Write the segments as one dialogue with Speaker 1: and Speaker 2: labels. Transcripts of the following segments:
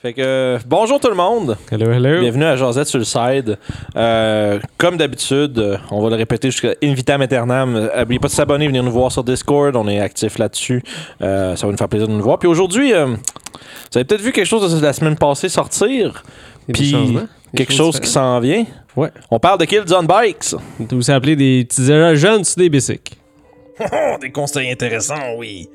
Speaker 1: Fait que euh, bonjour tout le monde,
Speaker 2: Hello, hello.
Speaker 1: bienvenue à Josette sur le side. Euh, comme d'habitude, euh, on va le répéter jusqu'à Invitam Eternam. Euh, N'oubliez pas de s'abonner, venir nous voir sur Discord, on est actif là-dessus. Euh, ça va nous faire plaisir de nous voir. Puis aujourd'hui, euh, vous avez peut-être vu quelque chose de la semaine passée sortir,
Speaker 2: Il y a des
Speaker 1: puis
Speaker 2: changements, des
Speaker 1: quelque
Speaker 2: choses
Speaker 1: chose qui s'en vient.
Speaker 2: Ouais.
Speaker 1: On parle de Kill John Bikes.
Speaker 2: différentes. Vous appelez des petits erreurs jeunes sur des bicycles.
Speaker 1: Oh, Des conseils intéressants, oui.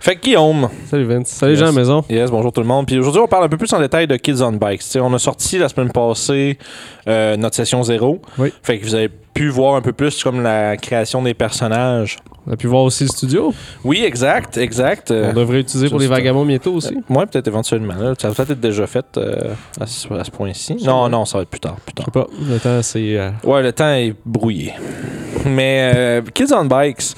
Speaker 1: Fait que Guillaume,
Speaker 2: Salut Vince. Salut
Speaker 1: Yes.
Speaker 2: Jean à la maison.
Speaker 1: Yes, bonjour tout le monde. Puis aujourd'hui, on parle un peu plus en détail de Kids on Bikes. Tu sais, on a sorti la semaine passée euh, notre session zéro.
Speaker 2: Oui.
Speaker 1: Fait que vous avez pu voir un peu plus comme la création des personnages.
Speaker 2: On a pu voir aussi le studio.
Speaker 1: Oui, exact, exact. Euh,
Speaker 2: On devrait utiliser pour les
Speaker 1: juste, euh,
Speaker 2: vagabonds bientôt aussi.
Speaker 1: ouais, peut-être éventuellement. là. Ça va peut-être être déjà fait euh, à ce, à ce point-ci. Non, non, ça va être plus tard, plus
Speaker 2: Je
Speaker 1: tard.
Speaker 2: sais pas. Le temps, c'est. euh,
Speaker 1: Ouais, le temps est brouillé. Mais euh, Kids on Bikes,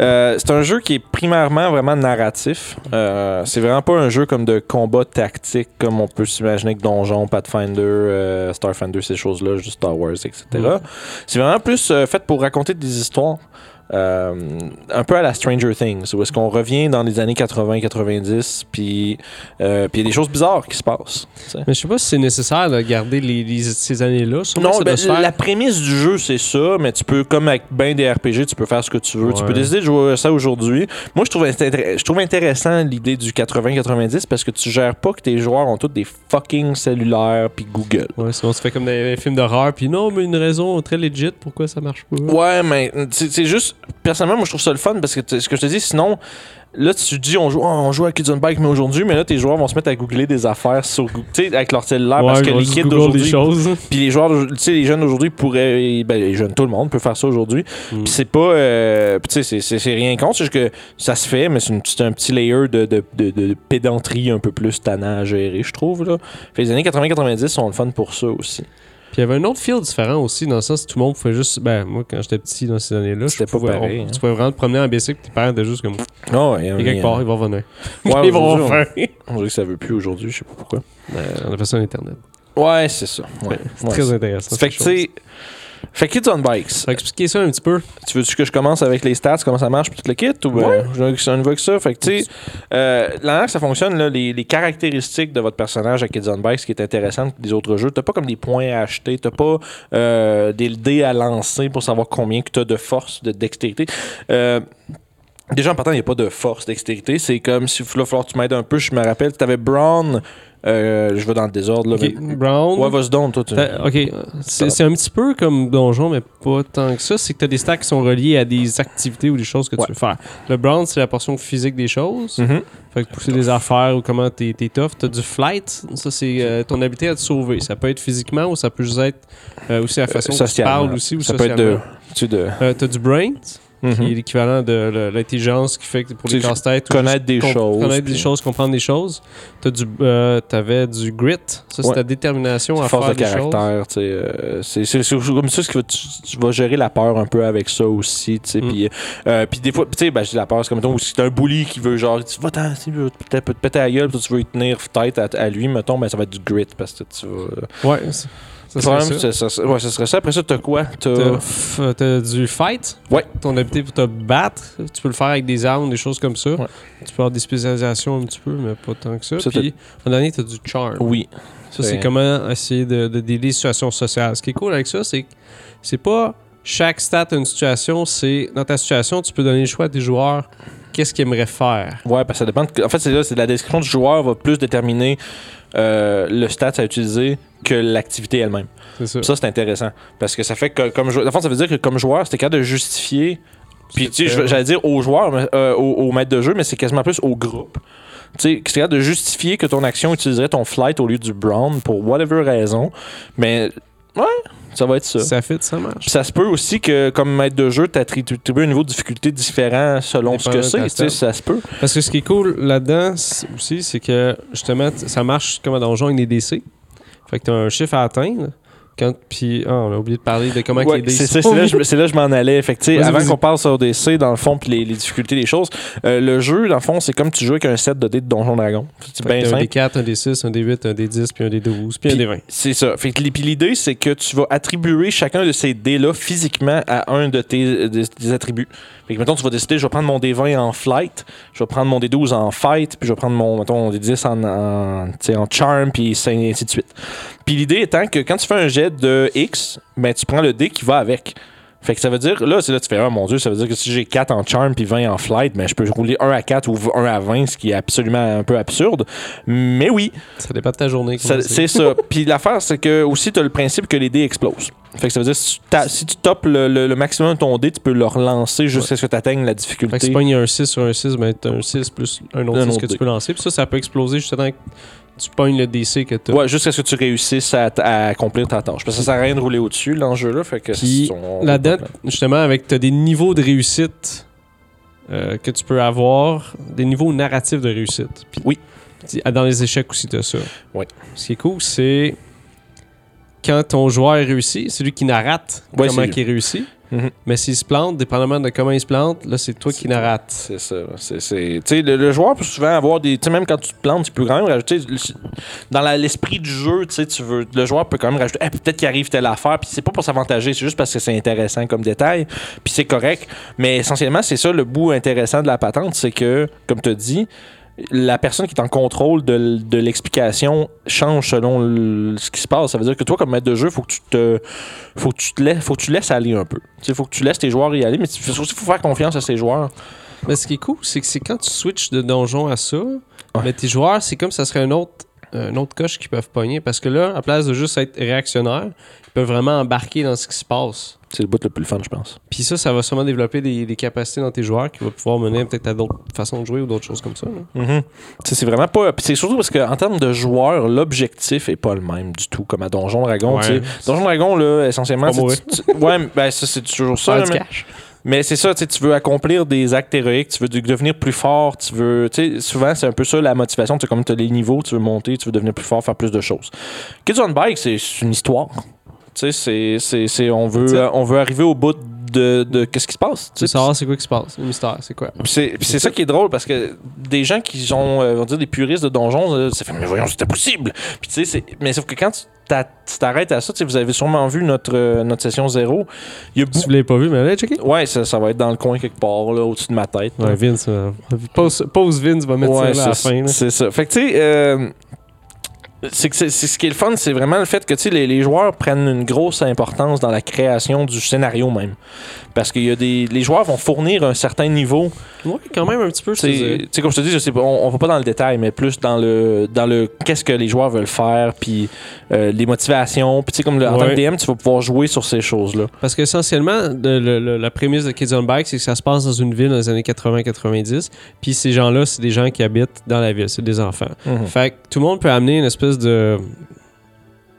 Speaker 1: euh, c'est un jeu qui est primairement vraiment narratif. Euh, c'est vraiment pas un jeu comme de combat tactique comme on peut s'imaginer que Donjon, Pathfinder, euh, Starfinder, ces choses-là, juste Star Wars, etc.
Speaker 2: Mm.
Speaker 1: C'est vraiment plus euh, fait pour raconter des histoires. euh, un peu à la Stranger Things, où est-ce qu'on revient dans les années 80-90, puis euh, puis il y a des choses bizarres qui se passent. tu sais.
Speaker 2: Mais je sais pas si c'est nécessaire de garder les, les- ces années-là. Sûrement que
Speaker 1: Non,
Speaker 2: ça
Speaker 1: ben,
Speaker 2: doit se faire.
Speaker 1: la prémisse du jeu, c'est ça, mais tu peux, comme avec ben des RPG, tu peux faire ce que tu veux. Tu
Speaker 2: Ouais.
Speaker 1: peux décider de jouer à ça aujourd'hui. Moi, je trouve, intér- je trouve intéressant l'idée du 80-90 parce que tu gères pas que tes joueurs ont tous des fucking cellulaires puis Google.
Speaker 2: Ouais, sinon, tu fais comme des films d'horreur. Puis non, mais une raison très legit pourquoi ça marche pas.
Speaker 1: Ouais, mais euh, c'est c'est juste, personnellement, moi, je trouve ça le fun parce que t- ce que je te dis, sinon. Là, tu dis, on joue, oh, on joue à Kids on Bike, mais aujourd'hui, mais là, tes joueurs vont se mettre à googler des affaires sur Google, tu sais, avec leur cellulaire,
Speaker 2: Ouais,
Speaker 1: parce que
Speaker 2: ils vont
Speaker 1: les
Speaker 2: juste
Speaker 1: kids
Speaker 2: Google des
Speaker 1: d'aujourd'hui,
Speaker 2: choses.
Speaker 1: Puis les joueurs, d'aujourd'hui- tu sais, les jeunes d'aujourd'hui pourraient, ben, les jeunes, tout le monde peut faire ça aujourd'hui.
Speaker 2: Mm.
Speaker 1: Puis c'est pas, euh, puis tu sais, c'est- c'est c'est rien contre, c'est juste que ça se fait, mais c'est une- c'est un petit layer de, de, de- de pédanterie un peu plus tannant à gérer, je trouve. Là. Fait que les années 80-90 sont le fun pour ça aussi.
Speaker 2: Puis il y avait un autre feel différent aussi, dans le sens où tout le monde pouvait juste. Ben, moi, quand j'étais petit dans ces années-là, je
Speaker 1: C'était pas
Speaker 2: pouvais-
Speaker 1: pareil,
Speaker 2: on-
Speaker 1: hein.
Speaker 2: Tu pouvais vraiment te promener en bicycle, tes parents étaient juste comme.
Speaker 1: Oh,
Speaker 2: Il est quelque part, il va revenir.
Speaker 1: Ouais,
Speaker 2: Ils vont
Speaker 1: aujourd'hui,
Speaker 2: refaire.
Speaker 1: On dirait que ça veut plus aujourd'hui, je sais pas pourquoi.
Speaker 2: On appelle ça Internet.
Speaker 1: Ouais, c'est ça. Ouais.
Speaker 2: C'est
Speaker 1: Ouais,
Speaker 2: très
Speaker 1: c'est-
Speaker 2: intéressant.
Speaker 1: Fait que tu
Speaker 2: cette chose.
Speaker 1: sais, fait que Kids on Bikes,
Speaker 2: Fait que expliquer ça un petit peu.
Speaker 1: Tu veux-tu que je commence avec les stats, comment ça marche, puis tout le kit, ou euh, je veux que ça ne va que ça? Fait que, tu sais, euh, la manière que ça fonctionne, là, les, les caractéristiques de votre personnage à Kids on Bike, ce qui est intéressant des autres jeux, t'as pas comme des points à acheter, t'as pas euh, des dés à lancer pour savoir combien que t'as de force, de dextérité. Euh, Déjà, en partant, il n'y a pas de force, dextérité. C'est comme si il va falloir que tu m'aides un peu. Je me rappelle, tu avais Brown. euh, je vais dans le désordre. Là,
Speaker 2: Ok, Euh,
Speaker 1: mais-
Speaker 2: Brown.
Speaker 1: Ouais, vas-y donc, toi. tu-
Speaker 2: T'as- Ok, c'est c'est un petit peu comme donjon, mais pas tant que ça. C'est que tu as des stacks qui sont reliés à des activités ou des choses que
Speaker 1: Ouais.
Speaker 2: tu veux faire. Le brown, c'est la portion physique des choses.
Speaker 1: Mhm.
Speaker 2: Fait que pousser des affaires ou comment t'es t'es tough. T'as du flight, ça c'est euh, ton habité à te sauver. Ça peut être physiquement ou ça peut juste être euh, aussi la façon dont tu
Speaker 1: socialement.
Speaker 2: parles aussi ou
Speaker 1: Ça peut être de.
Speaker 2: socialement.
Speaker 1: Tu sais, de
Speaker 2: Euh, T'as du brain,
Speaker 1: Mhm.
Speaker 2: qui est l'équivalent de le- l'intelligence qui fait que pour les
Speaker 1: C'est
Speaker 2: casse-têtes. ou
Speaker 1: connaître des
Speaker 2: juste com-
Speaker 1: choses,
Speaker 2: Connaître des
Speaker 1: puis-
Speaker 2: choses, comprendre des choses. T'as du, euh, t'avais du grit. Ça, c'est
Speaker 1: Ouais.
Speaker 2: ta détermination à
Speaker 1: force
Speaker 2: faire
Speaker 1: de
Speaker 2: des choses.
Speaker 1: caractère, tu sais, euh, c'est c'est- c'est comme ça ce que tu, tu vas gérer la peur un peu avec ça aussi, tu sais,
Speaker 2: Mm.
Speaker 1: puis euh, puis des fois, tu sais, ben, je dis la peur, c'est comme mettons, si t'as un bully qui veut genre, tu vas t'en, tu veux peut-être peut te péter la gueule, puis toi, tu veux y tenir tête à, à lui, mettons, ben ça va être du grit parce que tu vas.
Speaker 2: Ouais, c'est- ça
Speaker 1: Le
Speaker 2: serait
Speaker 1: problème,
Speaker 2: ça.
Speaker 1: c'est- ça, serait- ouais, ça serait ça. Après ça, t'as quoi T'as.
Speaker 2: T'as f- euh, T'as du fight.
Speaker 1: Ouais.
Speaker 2: Ton habité pour te battre. Tu peux le faire avec des armes, des choses comme ça.
Speaker 1: Ouais.
Speaker 2: Tu peux avoir des spécialisations un petit peu, mais pas tant que ça.
Speaker 1: Ça,
Speaker 2: Puis, en dernier, t'as du charm.
Speaker 1: Oui.
Speaker 2: Ça,
Speaker 1: Ben.
Speaker 2: c'est comment essayer de, de dealer les situations sociales. Ce qui est cool avec ça, c'est que c'est pas chaque stat a une situation, c'est dans ta situation, tu peux donner le choix à tes joueurs qu'est-ce qu'ils aimeraient faire.
Speaker 1: Ouais, parce que ça dépend. de- En fait, c'est là, c'est la description du joueur va plus déterminer euh, le stats à utiliser que l'activité elle-même.
Speaker 2: C'est ça.
Speaker 1: Ça, c'est intéressant. Parce que ça fait que, comme joueur, dans le fond, ça veut dire que comme joueur, c'était capable de justifier. Puis, tu sais, je- j'allais dire aux joueurs, mais, euh, aux, aux maîtres de jeu, mais c'est quasiment plus au groupe. Tu sais, c'est capable de justifier que ton action utiliserait ton flight au lieu du brown pour whatever raison. Mais, ouais, ça va être ça.
Speaker 2: ça fait, ça marche.
Speaker 1: Puis ça se peut aussi que, comme maître de jeu, tu attribues un niveau de difficulté différent selon ce que
Speaker 2: Dépendant de
Speaker 1: c'est.
Speaker 2: ta
Speaker 1: Tu sais, ça se peut.
Speaker 2: Parce que ce qui est cool là-dedans c- aussi, c'est que justement, t- ça marche comme un donjon avec des DC. Fait que t'as un chiffre à atteindre. Quand, puis, ah, on a oublié de parler de comment
Speaker 1: Ouais,
Speaker 2: que les dés
Speaker 1: c'est
Speaker 2: sont
Speaker 1: ça, c'est là, je me- c'est là que je m'en allais. Fait que, tu sais,
Speaker 2: Vas-y,
Speaker 1: avant
Speaker 2: vas-y.
Speaker 1: qu'on passe au DC, dans le fond, puis les, les difficultés des choses, euh, le jeu, dans le fond, c'est comme tu joues avec un set de dés de Donjon Dragon. C'est
Speaker 2: Fait que
Speaker 1: bien
Speaker 2: t'as un
Speaker 1: simple.
Speaker 2: des 4, un des 6, un des 8, un des 10, puis un des 12, puis, un des 20.
Speaker 1: C'est ça. Fait que li- puis l'idée, c'est que tu vas attribuer chacun de ces dés-là physiquement à un de tes, de tes attributs. Fait que, mettons, tu vas décider, je vais prendre mon D20 en flight, je vais prendre mon D12 en fight, puis je vais prendre mon, mettons, D10 en, en, tu sais, en charm, puis c'est- et ainsi de suite. Puis l'idée étant que quand tu fais un jet de X, ben, tu prends le dé qui va avec. Fait que ça veut dire, là, c'est là que tu fais, ah mon dieu, ça veut dire que si j'ai 4 en charm puis 20 en flight, ben, je peux rouler 1 à 4 ou 1 à 20, ce qui est absolument un peu absurde. Mais oui,
Speaker 2: Ça dépend de ta journée.
Speaker 1: ça-
Speaker 2: comment
Speaker 1: C'est ça. Puis l'affaire, c'est que aussi, tu as le principe que les dés explosent. Fait que ça veut dire, si tu, ta- si tu topes le, le- le maximum de ton dé, tu peux le relancer jusqu'à ce que tu atteignes la difficulté.
Speaker 2: Fait que si tu pognes un 6 sur un 6, ben t'as un 6 plus un autre
Speaker 1: Un
Speaker 2: 6
Speaker 1: autre
Speaker 2: que
Speaker 1: dé.
Speaker 2: tu peux lancer. Puis ça, ça peut exploser juste avant que tu pognes le DC que t'as.
Speaker 1: Ouais, jusqu'à ce que tu réussisses à, t- à accomplir ta tâche. Parce que ça sert à rien de rouler au-dessus, l'enjeu-là. Fait que
Speaker 2: Puis,
Speaker 1: c'est- on-
Speaker 2: Là-dedans, justement, avec t'as des niveaux de réussite euh, que tu peux avoir, des niveaux narratifs de réussite. Puis-
Speaker 1: Oui.
Speaker 2: Puis, ah, Dans les échecs aussi, t'as ça.
Speaker 1: Ouais.
Speaker 2: Ce qui est cool, c'est quand ton joueur réussit, c'est lui qui narrate
Speaker 1: Ouais, c'est
Speaker 2: comment
Speaker 1: lui.
Speaker 2: il réussit.
Speaker 1: Mhm.
Speaker 2: Mais s'il se plante, dépendamment de comment il se plante, là, c'est toi qui narrate.
Speaker 1: C'est ça. C'est, c'est- tu sais, le, le joueur peut souvent avoir des. Tu sais, même quand tu te plantes, tu peux quand même rajouter. le- Dans la- l'esprit du jeu, tu sais, tu veux, le joueur peut quand même rajouter. Eh, peut-être qu'il arrive telle affaire. Puis c'est pas pour s'avantager, c'est juste parce que c'est intéressant comme détail. Puis c'est correct. Mais essentiellement, c'est ça le bout intéressant de la patente. C'est que, comme tu dit, la personne qui est en contrôle de, l- de l'explication change selon l- ce qui se passe. Ça veut dire que toi, comme maître de jeu, faut que tu te, faut que tu te laisses, faut que tu laisses aller un peu. Tu sais, faut que tu laisses tes joueurs y aller, mais il faut aussi faut faire confiance à ces joueurs.
Speaker 2: Mais ce qui est cool, c'est que c'est quand tu switches de donjon à ça, mais tes joueurs, c'est comme ça serait un autre, un autre coche qu'ils peuvent pogner. Parce que là, à place de juste être réactionnaire, ils peuvent vraiment embarquer dans ce qui se passe.
Speaker 1: C'est le bout le plus fun, je pense.
Speaker 2: Puis ça, ça va sûrement développer des, des capacités dans tes joueurs qui vont pouvoir mener peut-être à d'autres façons de jouer ou d'autres choses comme ça. là.
Speaker 1: Mm-hmm. C'est vraiment pas. puis C'est surtout parce qu'en termes de joueurs, l'objectif est pas le même du tout, comme à Donjon Dragon.
Speaker 2: Ouais.
Speaker 1: tu sais. Donjon Dragon, là, essentiellement.
Speaker 2: Pas
Speaker 1: c'est-
Speaker 2: mauvais.
Speaker 1: tu- tu- ouais, ben, ça, c'est toujours ça.
Speaker 2: Faire
Speaker 1: là,
Speaker 2: du
Speaker 1: mais
Speaker 2: cash.
Speaker 1: mais c'est ça, tu sais, tu veux accomplir des actes héroïques, tu veux de- devenir plus fort, tu veux. tu sais, souvent, c'est un peu ça la motivation. Tu sais, comme tu as les niveaux, tu veux monter, tu veux devenir plus fort, faire plus de choses. Kids on Bike, c'est c'est une histoire. Tu sais, c'est- c'est- c'est- on, veut, euh,
Speaker 2: Tu sais.
Speaker 1: on veut arriver au bout de, de qu'est-ce qui se passe.
Speaker 2: Tu
Speaker 1: sais.
Speaker 2: veux savoir c'est quoi qui se passe, le mystère, c'est quoi.
Speaker 1: Puis C'est puis c'est ça qui est drôle parce que des gens qui sont, euh, on va dire, des puristes de donjons, euh, ça fait, mais voyons, c'était possible. Puis tu sais, c'est- mais sauf que quand tu t'a- tu t'arrêtes à ça, tu sais, vous avez sûrement vu notre, euh, notre session zéro. Il y a
Speaker 2: Si
Speaker 1: beaucoup.
Speaker 2: vous l'avez pas vu, mais allez checker.
Speaker 1: Ouais, ça, ça va être dans le coin quelque part, là, au-dessus de ma tête.
Speaker 2: Ouais, Vince, euh, pose, pose Vince va mettre
Speaker 1: Ouais,
Speaker 2: ça là à la
Speaker 1: c'est-
Speaker 2: fin. là.
Speaker 1: C'est ça. Fait que tu sais. euh, c'est que c'est- c'est ce qui est le fun, c'est vraiment le fait que tu sais, les, les joueurs prennent une grosse importance dans la création du scénario même. Parce que y a des, les joueurs vont fournir un certain niveau
Speaker 2: Ouais, quand même un petit peu. je te
Speaker 1: c'est
Speaker 2: dirais.
Speaker 1: comme je te dis, je sais pas, on, on va pas dans le détail, mais plus dans le dans le qu'est-ce que les joueurs veulent faire, puis euh, les motivations, puis tu sais comme le- en tant
Speaker 2: Ouais.
Speaker 1: que DM, tu vas pouvoir jouer sur ces choses là.
Speaker 2: Parce qu'essentiellement, le- le- le- la prémisse de Kids on Bike, c'est que ça se passe dans une ville dans les années 80-90. Puis ces gens-là, c'est des gens qui habitent dans la ville, c'est des enfants.
Speaker 1: Hmm.
Speaker 2: Fait que tout le monde peut amener une espèce de.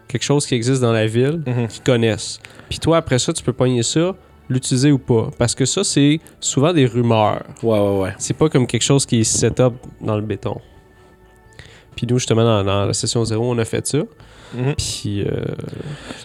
Speaker 2: quelque chose qui existe dans la ville qu'ils connaissent. Puis toi, après ça, tu peux pogner ça, l'utiliser ou pas. Parce que ça, c'est souvent des rumeurs.
Speaker 1: Ouais ouais ouais.
Speaker 2: C'est pas comme quelque chose qui est set-up dans le béton. Puis nous, justement, dans, dans la session 0, on a fait ça.
Speaker 1: Mhm.
Speaker 2: Puis. euh,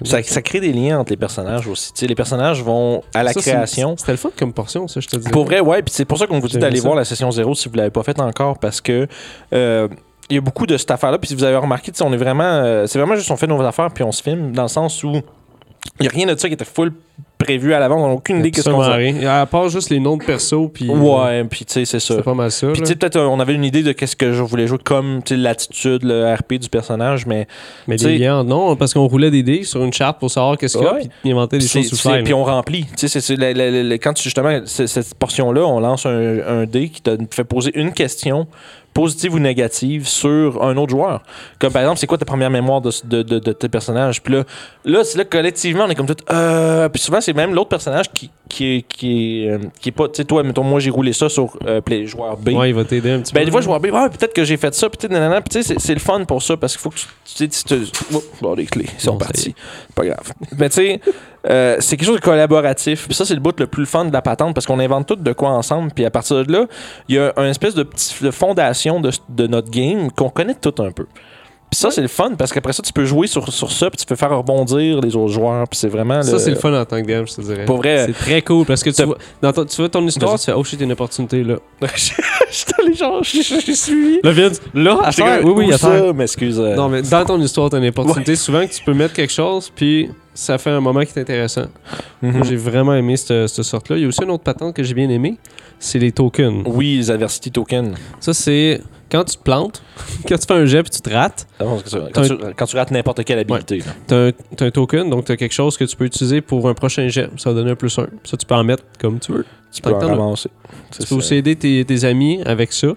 Speaker 1: Ça, ça crée des liens entre les personnages aussi. Tu sais, les personnages vont à la
Speaker 2: ça, c'est-
Speaker 1: création.
Speaker 2: C'était le fun comme portion, ça, je te dis.
Speaker 1: Pour vrai, ouais. Puis c'est pour ça qu'on vous dit
Speaker 2: J'aime
Speaker 1: d'aller
Speaker 2: ça.
Speaker 1: voir la session 0 si vous l'avez pas faite encore, parce que euh, il y a beaucoup de cette affaire-là. Puis si vous avez remarqué, tu sais, on est vraiment, euh, c'est vraiment juste on fait nos affaires puis on se filme dans le sens où il y a rien de ça qui était full prévu à l'avance. On n'a aucune idée qu'est-ce qu'on
Speaker 2: Absolument
Speaker 1: faisait.
Speaker 2: rien. À part juste les noms de perso, puis. euh,
Speaker 1: Ouais, puis tu sais, c'est ça.
Speaker 2: C'est pas mal ça.
Speaker 1: Puis tu
Speaker 2: là.
Speaker 1: sais, peut-être euh, on avait une idée de qu'est-ce que je voulais jouer comme tu sais, l'attitude, le RP du personnage, mais
Speaker 2: Mais
Speaker 1: tu sais-
Speaker 2: les liens, non, parce qu'on roulait des dés sur une charte pour savoir qu'est-ce qu'il y a,
Speaker 1: Ouais.
Speaker 2: puis on inventait des
Speaker 1: c'est-
Speaker 2: choses sous
Speaker 1: c'est-
Speaker 2: scène.
Speaker 1: puis on remplit. Tu sais, c'est- c'est la- la- la- la- quand tu- justement c'est- cette portion-là, on lance un, un dé qui te fait poser une question positive ou négative sur un autre joueur. Comme par exemple, c'est quoi ta première mémoire de, de, de, de tes personnages? Puis là, là, c'est là que collectivement, on est comme tout. Euh... Puis souvent, c'est même l'autre personnage qui, qui, est- qui, est, euh, qui est pas. Tu sais, toi, mettons, moi, j'ai roulé ça sur euh, play- joueur B.
Speaker 2: Ouais, il va t'aider un petit
Speaker 1: Ben,
Speaker 2: peu.
Speaker 1: des fois, je vois, ben, ouais, peut-être que j'ai fait ça, peut-être, nanana. Puis, tu sais, c'est- c'est le fun pour ça parce qu'il faut que tu. Tu sais, tu te. Oups, bon, les clés, ils sont
Speaker 2: Bon, ça y
Speaker 1: partis. C'est pas grave. Mais, tu sais, euh, c'est quelque chose de collaboratif. Puis, ça, c'est le bout le plus fun de la patente parce qu'on invente tout de quoi ensemble. Puis, à partir de là, il y a une espèce de petite de fondation de, de notre game qu'on connaît tout un peu. Puis ça, c'est le fun parce qu'après ça, tu peux jouer sur, sur ça, puis tu peux faire rebondir les autres joueurs. Puis c'est vraiment.
Speaker 2: Ça, c'est le fun en tant que DM, je te dirais.
Speaker 1: Pour vrai.
Speaker 2: C'est très cool parce que tu
Speaker 1: T'as-
Speaker 2: vois, dans ton, tu vois ton histoire,
Speaker 1: Vas-y.
Speaker 2: tu fais, oh shit, il y a une opportunité là.
Speaker 1: J'étais allé genre, j'ai- j'ai j'ai suivi.
Speaker 2: Là, Vince, là, à
Speaker 1: J'étais
Speaker 2: terre,
Speaker 1: comme,
Speaker 2: Ah, oui, oui,
Speaker 1: où
Speaker 2: à terre.
Speaker 1: ça, m'excuse. euh,
Speaker 2: Non, mais dans ton histoire, t'as une opportunité souvent que tu peux mettre quelque chose, puis ça fait un moment qui est intéressant.
Speaker 1: mhm.
Speaker 2: Moi, J'ai vraiment aimé cette, cette sorte-là. Il y a aussi une autre patente que j'ai bien aimée, c'est les tokens.
Speaker 1: Oui, les adversity tokens.
Speaker 2: Ça, c'est quand tu te plantes, quand tu fais un jet puis tu te rates,
Speaker 1: Ah bon, c'est ça. Quand, tu, quand tu rates n'importe quelle habilité. là.
Speaker 2: t'as un, t'as un token, donc t'as quelque chose que tu peux utiliser pour un prochain jet. Ça va donner un plus un. Ça, tu peux en mettre comme tu veux.
Speaker 1: Tu
Speaker 2: Tant
Speaker 1: peux en
Speaker 2: que t'en as.
Speaker 1: ramasser. C'est
Speaker 2: Tu
Speaker 1: ça.
Speaker 2: peux aussi aider tes, tes amis avec ça.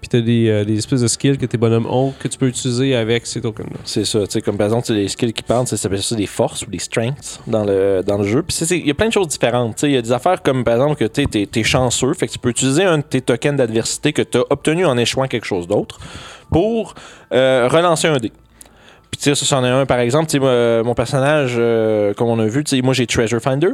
Speaker 2: Puis t'as des, euh, des espèces de skills que tes bonhommes ont que tu peux utiliser avec ces tokens-là.
Speaker 1: C'est ça, tu sais, comme par exemple, tu sais, les skills qui parlent, ça s'appelle ça des forces ou des strengths dans le, dans le jeu. Puis c'est- c'est- il y a plein de choses différentes. tu sais. Il y a des affaires comme par exemple que tu es, chanceux, fait que tu peux utiliser un de tes tokens d'adversité que tu as obtenu en échouant quelque chose d'autre pour euh, relancer un dé. Puis tu sais, ça, c'en est un par exemple. tu sais, moi, mon personnage, euh, comme on a vu, tu sais, moi j'ai Treasure Finder.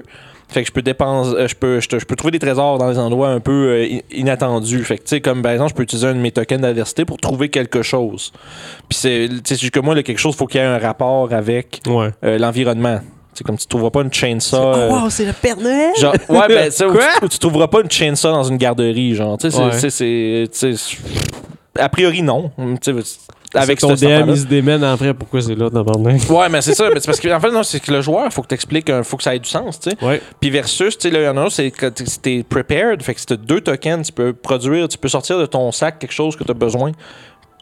Speaker 1: Fait que je peux dépenser, euh, je peux, je, te- je peux trouver des trésors dans des endroits un peu euh, in- inattendus. Fait que tu sais, comme par exemple, je peux utiliser un de mes tokens d'adversité pour trouver quelque chose. Puis c'est, tu sais, c'est que moi, là, quelque chose, faut qu'il y ait un rapport avec
Speaker 2: Ouais.
Speaker 1: euh, l'environnement. C'est comme tu trouveras pas une chainsaw. euh,
Speaker 2: c'est le Père Noël!
Speaker 1: Genre, ouais, ben, ça, ou
Speaker 2: Quoi?
Speaker 1: tu, ou tu trouveras pas une chainsaw dans une garderie, genre. Tu sais, c'est-
Speaker 2: Ouais.
Speaker 1: c'est- c'est. tu sais, c'est- A priori, non. Mm, Tu sais, avec
Speaker 2: Avec ton
Speaker 1: cette affaire-là.
Speaker 2: DM, il se démène après. Pourquoi c'est là, tabarnak?
Speaker 1: Ouais, mais c'est ça. mais c'est parce que, en fait, non, c'est que le joueur, faut que t'expliques, euh, faut que ça ait du sens, tu sais.
Speaker 2: Ouais.
Speaker 1: Puis versus, tu sais, là, il y en a un, c'est que t'es- t'es prepared. Fait que si t'as deux tokens, tu peux produire, tu peux sortir de ton sac quelque chose que t'as besoin.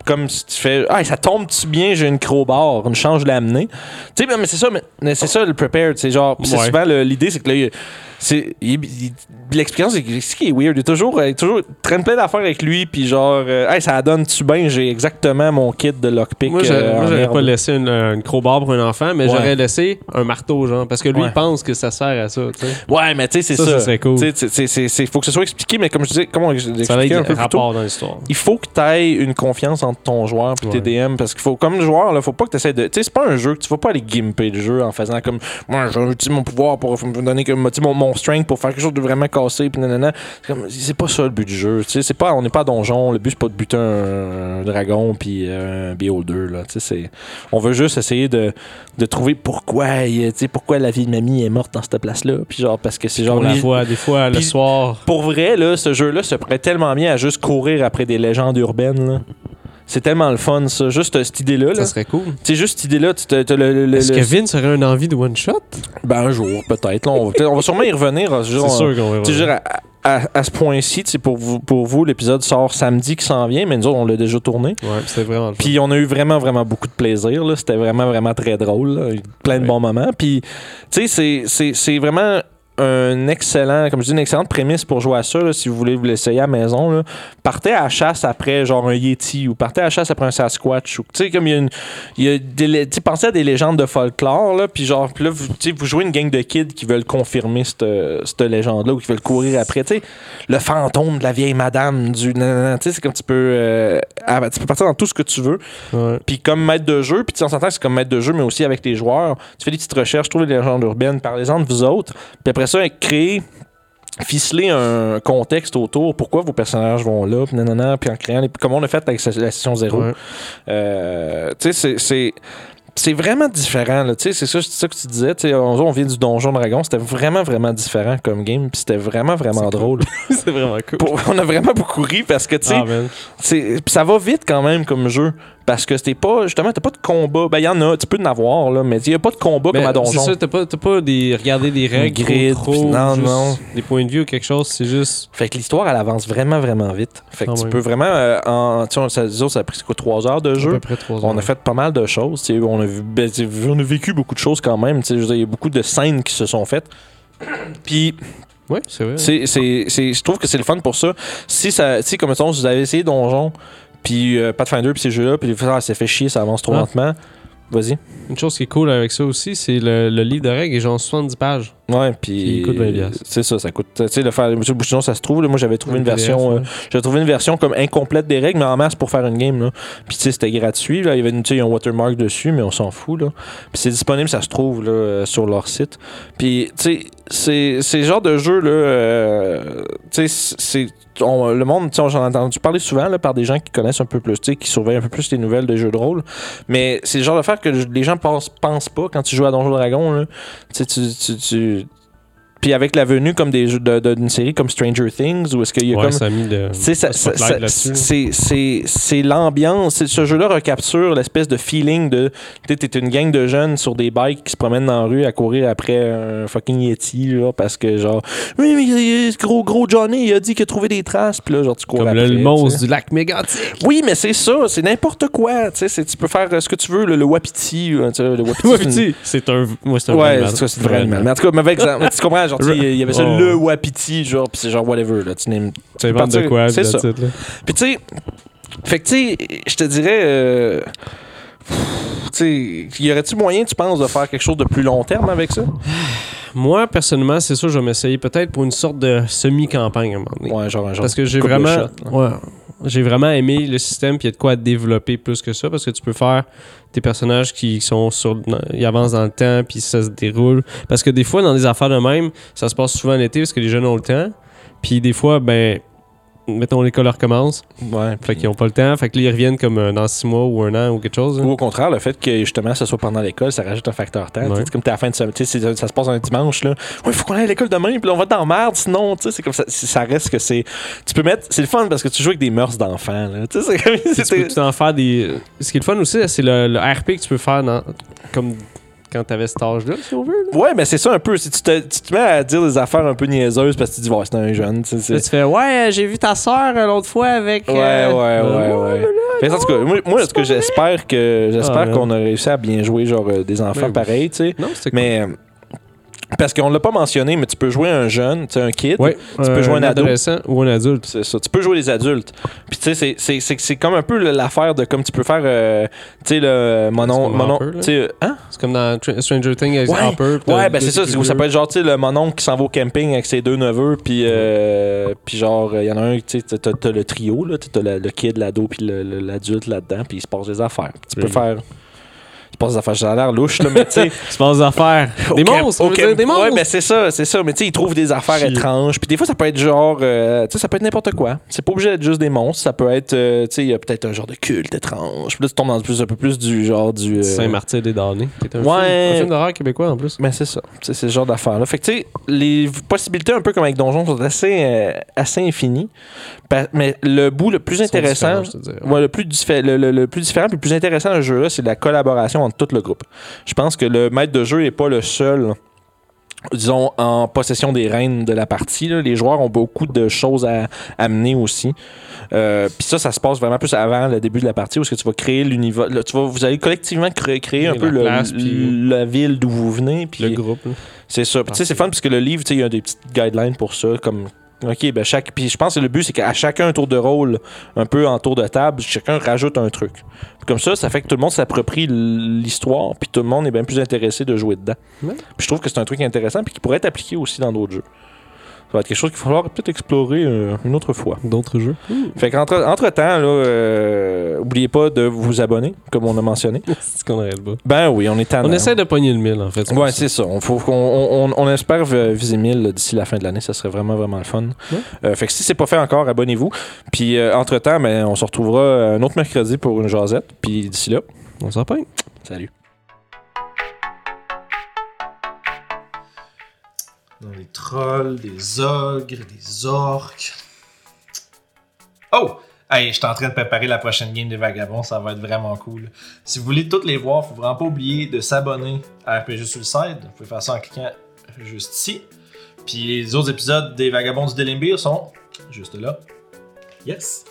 Speaker 1: Comme si tu fais, ah, ça tombe-tu bien, j'ai une crowbar, une change de l'amener. Tu sais, ben, mais c'est ça, mais, mais c'est ça le prepared. C'est genre, pis c'est
Speaker 2: Ouais.
Speaker 1: souvent le- l'idée, c'est que là, il- c'est, il- il- l'explication, c'est que- c'est qui est weird. Il est toujours, euh, il est toujours il traîne plein d'affaires avec lui, puis genre, euh, hey, ça donne-tu bien, j'ai exactement mon kit de lockpick.
Speaker 2: Moi, j'a-
Speaker 1: euh,
Speaker 2: moi,
Speaker 1: en
Speaker 2: j'aurais
Speaker 1: herbe.
Speaker 2: pas laissé une, euh, une crowbar pour un enfant, mais
Speaker 1: Ouais.
Speaker 2: j'aurais laissé un marteau, genre, parce que lui,
Speaker 1: Ouais.
Speaker 2: il pense que ça sert à ça, tu sais.
Speaker 1: Ouais, mais tu sais, c'est
Speaker 2: Ça,
Speaker 1: ça.
Speaker 2: ça serait cool.
Speaker 1: Tu sais, c'est- c'est- c'est- c'est- faut que ce soit expliqué, mais comme je disais, comment je
Speaker 2: Ça a
Speaker 1: l'expliquais
Speaker 2: l'air
Speaker 1: un peu plus tôt,
Speaker 2: rapport dans l'histoire.
Speaker 1: il faut que tu aies une confiance entre ton joueur et tes
Speaker 2: Ouais.
Speaker 1: DM parce qu'il faut, comme joueur, là, faut pas que tu essaies de. Tu sais, c'est pas un jeu que tu vas pas aller gimper le jeu en faisant comme moi, j'utilise mon pouvoir pour me donner comme, tu sais, mon, mon strength pour faire quelque chose de vraiment cassé. Puis nanana. C'est comme- c'est pas ça le but du jeu. Tu sais, c'est pas, on n'est pas à donjon. Le but, c'est pas de buter un, un dragon puis euh, un beholder. Là, tu sais, c'est- on veut juste essayer de, de trouver pourquoi, il- tu sais, pourquoi la vie de mamie est morte dans cette place-là. Puis genre, parce que c'est genre.
Speaker 2: On la
Speaker 1: lég-
Speaker 2: voit des fois le
Speaker 1: Puis-
Speaker 2: soir.
Speaker 1: pour vrai, là, ce jeu-là se prête tellement bien à juste courir après des légendes urbaines. là. C'est tellement le fun, ça. Juste euh, cette idée-là. là.
Speaker 2: Ça serait cool.
Speaker 1: C'est juste cette idée-là. Tu te- t'as le, le- le-
Speaker 2: Est-ce
Speaker 1: le-
Speaker 2: que Vince aurait une envie de one-shot?
Speaker 1: Ben, un jour, peut-être. là, on, va- peut-être- on va sûrement y revenir. hein,
Speaker 2: C'est
Speaker 1: genre,
Speaker 2: sûr qu'on verra.
Speaker 1: tu sais, à, à- à ce point-ci, tu sais, pour vous, pour vous l'épisode sort samedi qui s'en vient, mais nous autres, on l'a déjà tourné.
Speaker 2: Ouais, c'est vraiment le fun.
Speaker 1: Puis on a eu vraiment, vraiment beaucoup de plaisir. là. C'était vraiment, vraiment très drôle. là. Plein de
Speaker 2: Ouais.
Speaker 1: bons moments. Puis, tu sais, c'est- c'est- c'est vraiment un excellent, comme je dis, une excellente prémisse pour jouer à ça. là, si vous voulez vous l'essayer à la maison, là. partez à la chasse après genre un Yeti ou partez à la chasse après un Sasquatch. ou- Tu sais, comme il y a une. il y a des lé- tu sais, pensez à des légendes de folklore, là, puis genre, puis là, vous, tu sais, vous jouez une gang de kids qui veulent confirmer cette, cette légende-là ou qui veulent courir après. Tu sais, le fantôme de la vieille madame du. nanana, Tu sais, c'est comme tu peux. euh, ah, tu peux partir dans tout ce que tu veux.
Speaker 2: Ouais.
Speaker 1: Puis comme maître de jeu, puis tu sais, on s'entend que c'est comme maître de jeu, mais aussi avec les joueurs. Tu fais des petites recherches, trouve les légendes urbaines, parlez-en de vous autres. Puis après ça, créer, ficeler un contexte autour, pourquoi vos personnages vont là, puis nanana, puis en créant, les- comme on a fait avec sa- la session zéro.
Speaker 2: Ouais.
Speaker 1: Euh, tu sais, c'est- c'est. C'est vraiment différent, là. Tu sais, C'est ça, c'est ça que tu disais. tu sais, On, on vient du Donjon Dragon. C'était vraiment, vraiment différent comme game. Puis c'était vraiment, vraiment
Speaker 2: C'est cool.
Speaker 1: drôle.
Speaker 2: c'est vraiment cool.
Speaker 1: Pour- on a vraiment beaucoup ri parce que, tu sais,
Speaker 2: Ah, man.
Speaker 1: c'est- pis ça va vite quand même comme jeu. Parce que c'était pas. Justement, t'as pas de combat. Ben, il y en a, tu peux en avoir, là, mais il y a pas de combat
Speaker 2: Mais
Speaker 1: comme à
Speaker 2: C'est
Speaker 1: Donjon.
Speaker 2: ça, t'as pas, t'as pas des, regardé des règles,
Speaker 1: grid,
Speaker 2: trop,
Speaker 1: puis
Speaker 2: trop,
Speaker 1: non,
Speaker 2: juste
Speaker 1: non.
Speaker 2: des points de vue ou quelque chose, c'est juste...
Speaker 1: Fait que l'histoire, elle avance vraiment, vraiment vite. Fait que
Speaker 2: Ah
Speaker 1: tu
Speaker 2: ouais.
Speaker 1: peux vraiment. euh, en, tu sais, on- ça, nous autres, ça a pris c'est quoi, trois heures de
Speaker 2: à
Speaker 1: jeu.
Speaker 2: peu près trois
Speaker 1: On
Speaker 2: heures.
Speaker 1: a fait pas mal de choses. tu sais, On a, vu- ben, tu sais, on a vécu beaucoup de choses quand même. tu sais, je veux dire, Il y a beaucoup de scènes qui se sont faites. Puis
Speaker 2: Ouais, c'est vrai.
Speaker 1: C'est, c'est, c'est- je trouve que c'est le fun pour ça. Si, ça, si comme mettons, si vous avez essayé Donjon, puis euh, Pathfinder, puis ces jeux-là, puis ah, ça fait chier, ça avance trop
Speaker 2: Ah.
Speaker 1: lentement, vas-y.
Speaker 2: Une chose qui est cool avec ça aussi, c'est le, le livre de règles est genre 70 pages.
Speaker 1: Ouais, puis.
Speaker 2: Qui coûte 20$.
Speaker 1: C'est ça, ça coûte. Tu sais, le faire. Monsieur Bouchillon, ça se trouve. là, moi, j'avais trouvé
Speaker 2: Un
Speaker 1: une
Speaker 2: PDF,
Speaker 1: version. euh,
Speaker 2: ouais.
Speaker 1: j'avais trouvé une version comme incomplète des règles, mais en masse pour faire une game. Là. Puis, tu sais, c'était gratuit. Là. Il y avait une, tu sais, un watermark dessus, mais on s'en fout. Là. Puis, c'est disponible, ça se trouve, là, euh, sur leur site. Puis, tu sais, c'est c'est le genre de jeu, là. euh, tu sais, c'est. on- le monde, tu sais, on- j'en ai entendu parler souvent là, par des gens qui connaissent un peu plus, tu sais, qui surveillent un peu plus les nouvelles des jeux de rôle. Mais c'est le genre d'affaire que les gens pensent, pensent pas quand tu joues à Donjon Dragon. Là. Tu sais, tu, tu, tu- Puis avec la venue comme des jeux de- de- d'une série comme Stranger Things, où est-ce qu'il y a
Speaker 2: Ouais,
Speaker 1: comme.
Speaker 2: ça a mis le.
Speaker 1: Tu sais, ça-
Speaker 2: le spotlight
Speaker 1: ça-
Speaker 2: là-dessus.
Speaker 1: c'est- c'est c'est l'ambiance. C'est- Ce jeu-là recapture l'espèce de feeling de. Tu sais, t'es une gang de jeunes sur des bikes qui se promènent dans la rue à courir après un fucking Yeti, là, parce que genre. Oui, mais euh, gros, gros Johnny, il a dit qu'il a trouvé des traces, puis là, genre, tu cours
Speaker 2: Comme
Speaker 1: après.
Speaker 2: le, le
Speaker 1: tu sais.
Speaker 2: monstre du lac mégantique.
Speaker 1: Oui, mais c'est ça, c'est n'importe quoi. Tu sais, c'est- tu peux faire euh, ce que tu veux, le, le wapiti. euh, tu sais, Le wapiti, c'est une-
Speaker 2: C'est un. Moi, c'est un vrai
Speaker 1: Ouais,
Speaker 2: animal.
Speaker 1: c'est ça, c'est le vrai animal. Mais en tout cas, mauvais exemple. tu comprends, genre, tu sais, il y avait ça,
Speaker 2: Oh.
Speaker 1: le wapiti, genre, pis c'est genre whatever, là. Tu n'aimes-
Speaker 2: Tu inventes de
Speaker 1: partir-
Speaker 2: quoi,
Speaker 1: c'est
Speaker 2: that's
Speaker 1: ça.
Speaker 2: it, là.
Speaker 1: Pis tu sais, fait que tu sais, je te dirais. euh, Tu sais, y aurait-tu moyen, tu penses, de faire quelque chose de plus long terme avec ça?
Speaker 2: Moi, personnellement, c'est sûr, je vais m'essayer peut-être pour une sorte de semi-campagne à un moment donné.
Speaker 1: Ouais, genre un genre.
Speaker 2: Parce que j'ai
Speaker 1: coupe de
Speaker 2: vraiment,
Speaker 1: shot,
Speaker 2: ouais, j'ai vraiment aimé le système, puis il y a de quoi développer plus que ça, parce que tu peux faire des personnages qui sont sur, ils avancent dans le temps, puis ça se déroule. Parce que des fois, dans des affaires de même, ça se passe souvent l'été, parce que les jeunes ont le temps. Puis des fois, ben, mettons l'école recommence,
Speaker 1: Ouais.
Speaker 2: fait qu'ils ont pas le temps, fait que là, ils reviennent comme euh, dans six mois ou un an ou quelque chose. là.
Speaker 1: Ou au contraire, le fait que justement ça soit pendant l'école, ça rajoute un facteur temps.
Speaker 2: Ouais.
Speaker 1: Tu sais, C'est comme t'es à la fin de semaine, tu sais, c'est- ça se passe un dimanche là. Ouais, faut qu'on aille à l'école demain, puis là, on va dans la merde, sinon, tu sais, c'est comme ça, c'est- ça reste que c'est. Tu peux mettre, c'est le fun parce que tu joues avec des mœurs d'enfants là. Tu sais, c'est comme
Speaker 2: Puis tu peux tout en faire des. Ce qui est le fun aussi, c'est le, le RP que tu peux faire dans- comme quand t'avais cet âge-là, si on veut. là.
Speaker 1: Ouais, mais c'est ça un peu. Si tu te, tu te mets à dire des affaires un peu niaiseuses parce que tu dis, ouais, c'est un jeune, tu sais. c'est-
Speaker 2: Là, tu fais Ouais, j'ai vu ta soeur l'autre fois avec.
Speaker 1: Ouais,
Speaker 2: euh,
Speaker 1: ouais, ouais, ouais. Fait que, en tout cas, moi, moi, ce que j'espère que
Speaker 2: Ah,
Speaker 1: j'espère
Speaker 2: man.
Speaker 1: qu'on a réussi à bien jouer genre euh, des enfants
Speaker 2: oui.
Speaker 1: pareils, tu sais.
Speaker 2: Non, c'était cool.
Speaker 1: Mais euh, parce qu'on l'a pas mentionné, mais tu peux jouer un jeune, tu sais, un kid.
Speaker 2: Ouais,
Speaker 1: tu peux jouer un ado.
Speaker 2: adolescent ou un adulte.
Speaker 1: C'est ça. Tu peux jouer les adultes. Puis tu sais, c'est- c'est- c'est c'est comme un peu le- l'affaire de comme tu peux faire, euh, tu sais, le monon,
Speaker 2: Est-ce qu'on va un
Speaker 1: monon,
Speaker 2: peu, là?
Speaker 1: tu sais, hein?
Speaker 2: C'est comme dans Tr- Stranger Things avec
Speaker 1: Ouais,
Speaker 2: Hopper. puis
Speaker 1: Ouais,
Speaker 2: t'as-
Speaker 1: ben c'est ça. c'est- Ça peut être genre, tu sais, le monon qui s'en va au camping avec ses deux neveux, puis euh, puis genre, il y en a un, tu sais, t'as- t'as t'as le trio, là, t'as le, le kid, l'ado, puis le- le- l'adulte là-dedans, puis il se passe des affaires. Tu peux
Speaker 2: Oui.
Speaker 1: faire. Il se passe des affaires, ça a l'air louche, là, mais tu sais.
Speaker 2: Tu passes des affaires. Des
Speaker 1: Au camp-
Speaker 2: monstres,
Speaker 1: au
Speaker 2: on veut
Speaker 1: camp-
Speaker 2: dire, des monstres.
Speaker 1: Ouais, ben c'est ça, c'est ça. Mais tu sais, ils trouvent des affaires
Speaker 2: Chier.
Speaker 1: étranges. Puis des fois, ça peut être genre, euh, tu sais, ça peut être n'importe quoi. C'est pas obligé d'être juste des monstres. Ça peut être, euh, tu sais, il y a peut-être un genre de culte étrange. Puis là, tu tombes dans plus, un peu plus du genre du. euh,
Speaker 2: Saint-Martyr des Damnés. qui est un
Speaker 1: Ouais.
Speaker 2: film- un film d'horreur québécois en plus.
Speaker 1: Ben c'est ça, c'est c'est ce genre d'affaire là. Fait que tu sais, les possibilités un peu comme avec Donjon sont assez, euh, assez infinies. Pa- mais le bout le plus
Speaker 2: Ils sont
Speaker 1: intéressant,
Speaker 2: différents, je te dirais.
Speaker 1: ouais, le, plus diffé- le, le- le plus différent puis le plus intéressant de ce jeu là, c'est la collaboration entre tout le groupe. Je pense que le maître de jeu est pas le seul disons en possession des rênes de la partie là. les joueurs ont beaucoup de choses à amener aussi Euh, puis ça ça se passe vraiment plus avant le début de la partie où est-ce que tu vas créer l'univers là, tu vas vous allez collectivement cré- créer un
Speaker 2: Oui,
Speaker 1: peu
Speaker 2: la
Speaker 1: le-
Speaker 2: place, puis-
Speaker 1: la ville d'où vous venez puis
Speaker 2: Le groupe. là.
Speaker 1: c'est ça.
Speaker 2: Ah,
Speaker 1: Puis, Tu sais, c'est fun parce que le livre, tu sais, il y a des petites guidelines pour ça, comme. OK, ben chaque. Puis je pense que le but, c'est qu'à chacun un tour de rôle, un peu en tour de table, chacun rajoute un truc. Puis comme ça, ça fait que tout le monde s'approprie l- l'histoire, puis tout le monde est bien plus intéressé de jouer dedans.
Speaker 2: Ouais.
Speaker 1: Puis je trouve que c'est un truc intéressant, puis qui pourrait être appliqué aussi dans d'autres jeux. Ça va être quelque chose qu'il va falloir peut-être explorer euh, une autre fois.
Speaker 2: D'autres jeux.
Speaker 1: Fait qu'entre entre temps, là, euh, oubliez pas de vous abonner, comme on a mentionné.
Speaker 2: C'est ce qu'on arrête pas.
Speaker 1: Ben oui, on est en
Speaker 2: On essaie de pogner le mille en fait.
Speaker 1: Ouais, c'est ça. On, faut qu'on- on, on- on espère euh, viser 1000 là, d'ici la fin de l'année. Ça serait vraiment, vraiment le fun.
Speaker 2: Ouais.
Speaker 1: Euh, fait que si c'est pas fait encore, abonnez-vous. Puis euh, entre-temps, ben, on se retrouvera euh, un autre mercredi pour une jasette. Puis d'ici là,
Speaker 2: On s'en pogne.
Speaker 1: salut.
Speaker 3: dans les trolls, des ogres, des orques. Oh! Hey, je suis en train de préparer la prochaine game des vagabonds, ça va être vraiment cool. Si vous voulez toutes les voir, faut vraiment pas oublier de s'abonner à RPG Suicide. Vous pouvez faire ça en cliquant juste ici. Puis les autres épisodes des vagabonds du Delimbir sont juste là. Yes!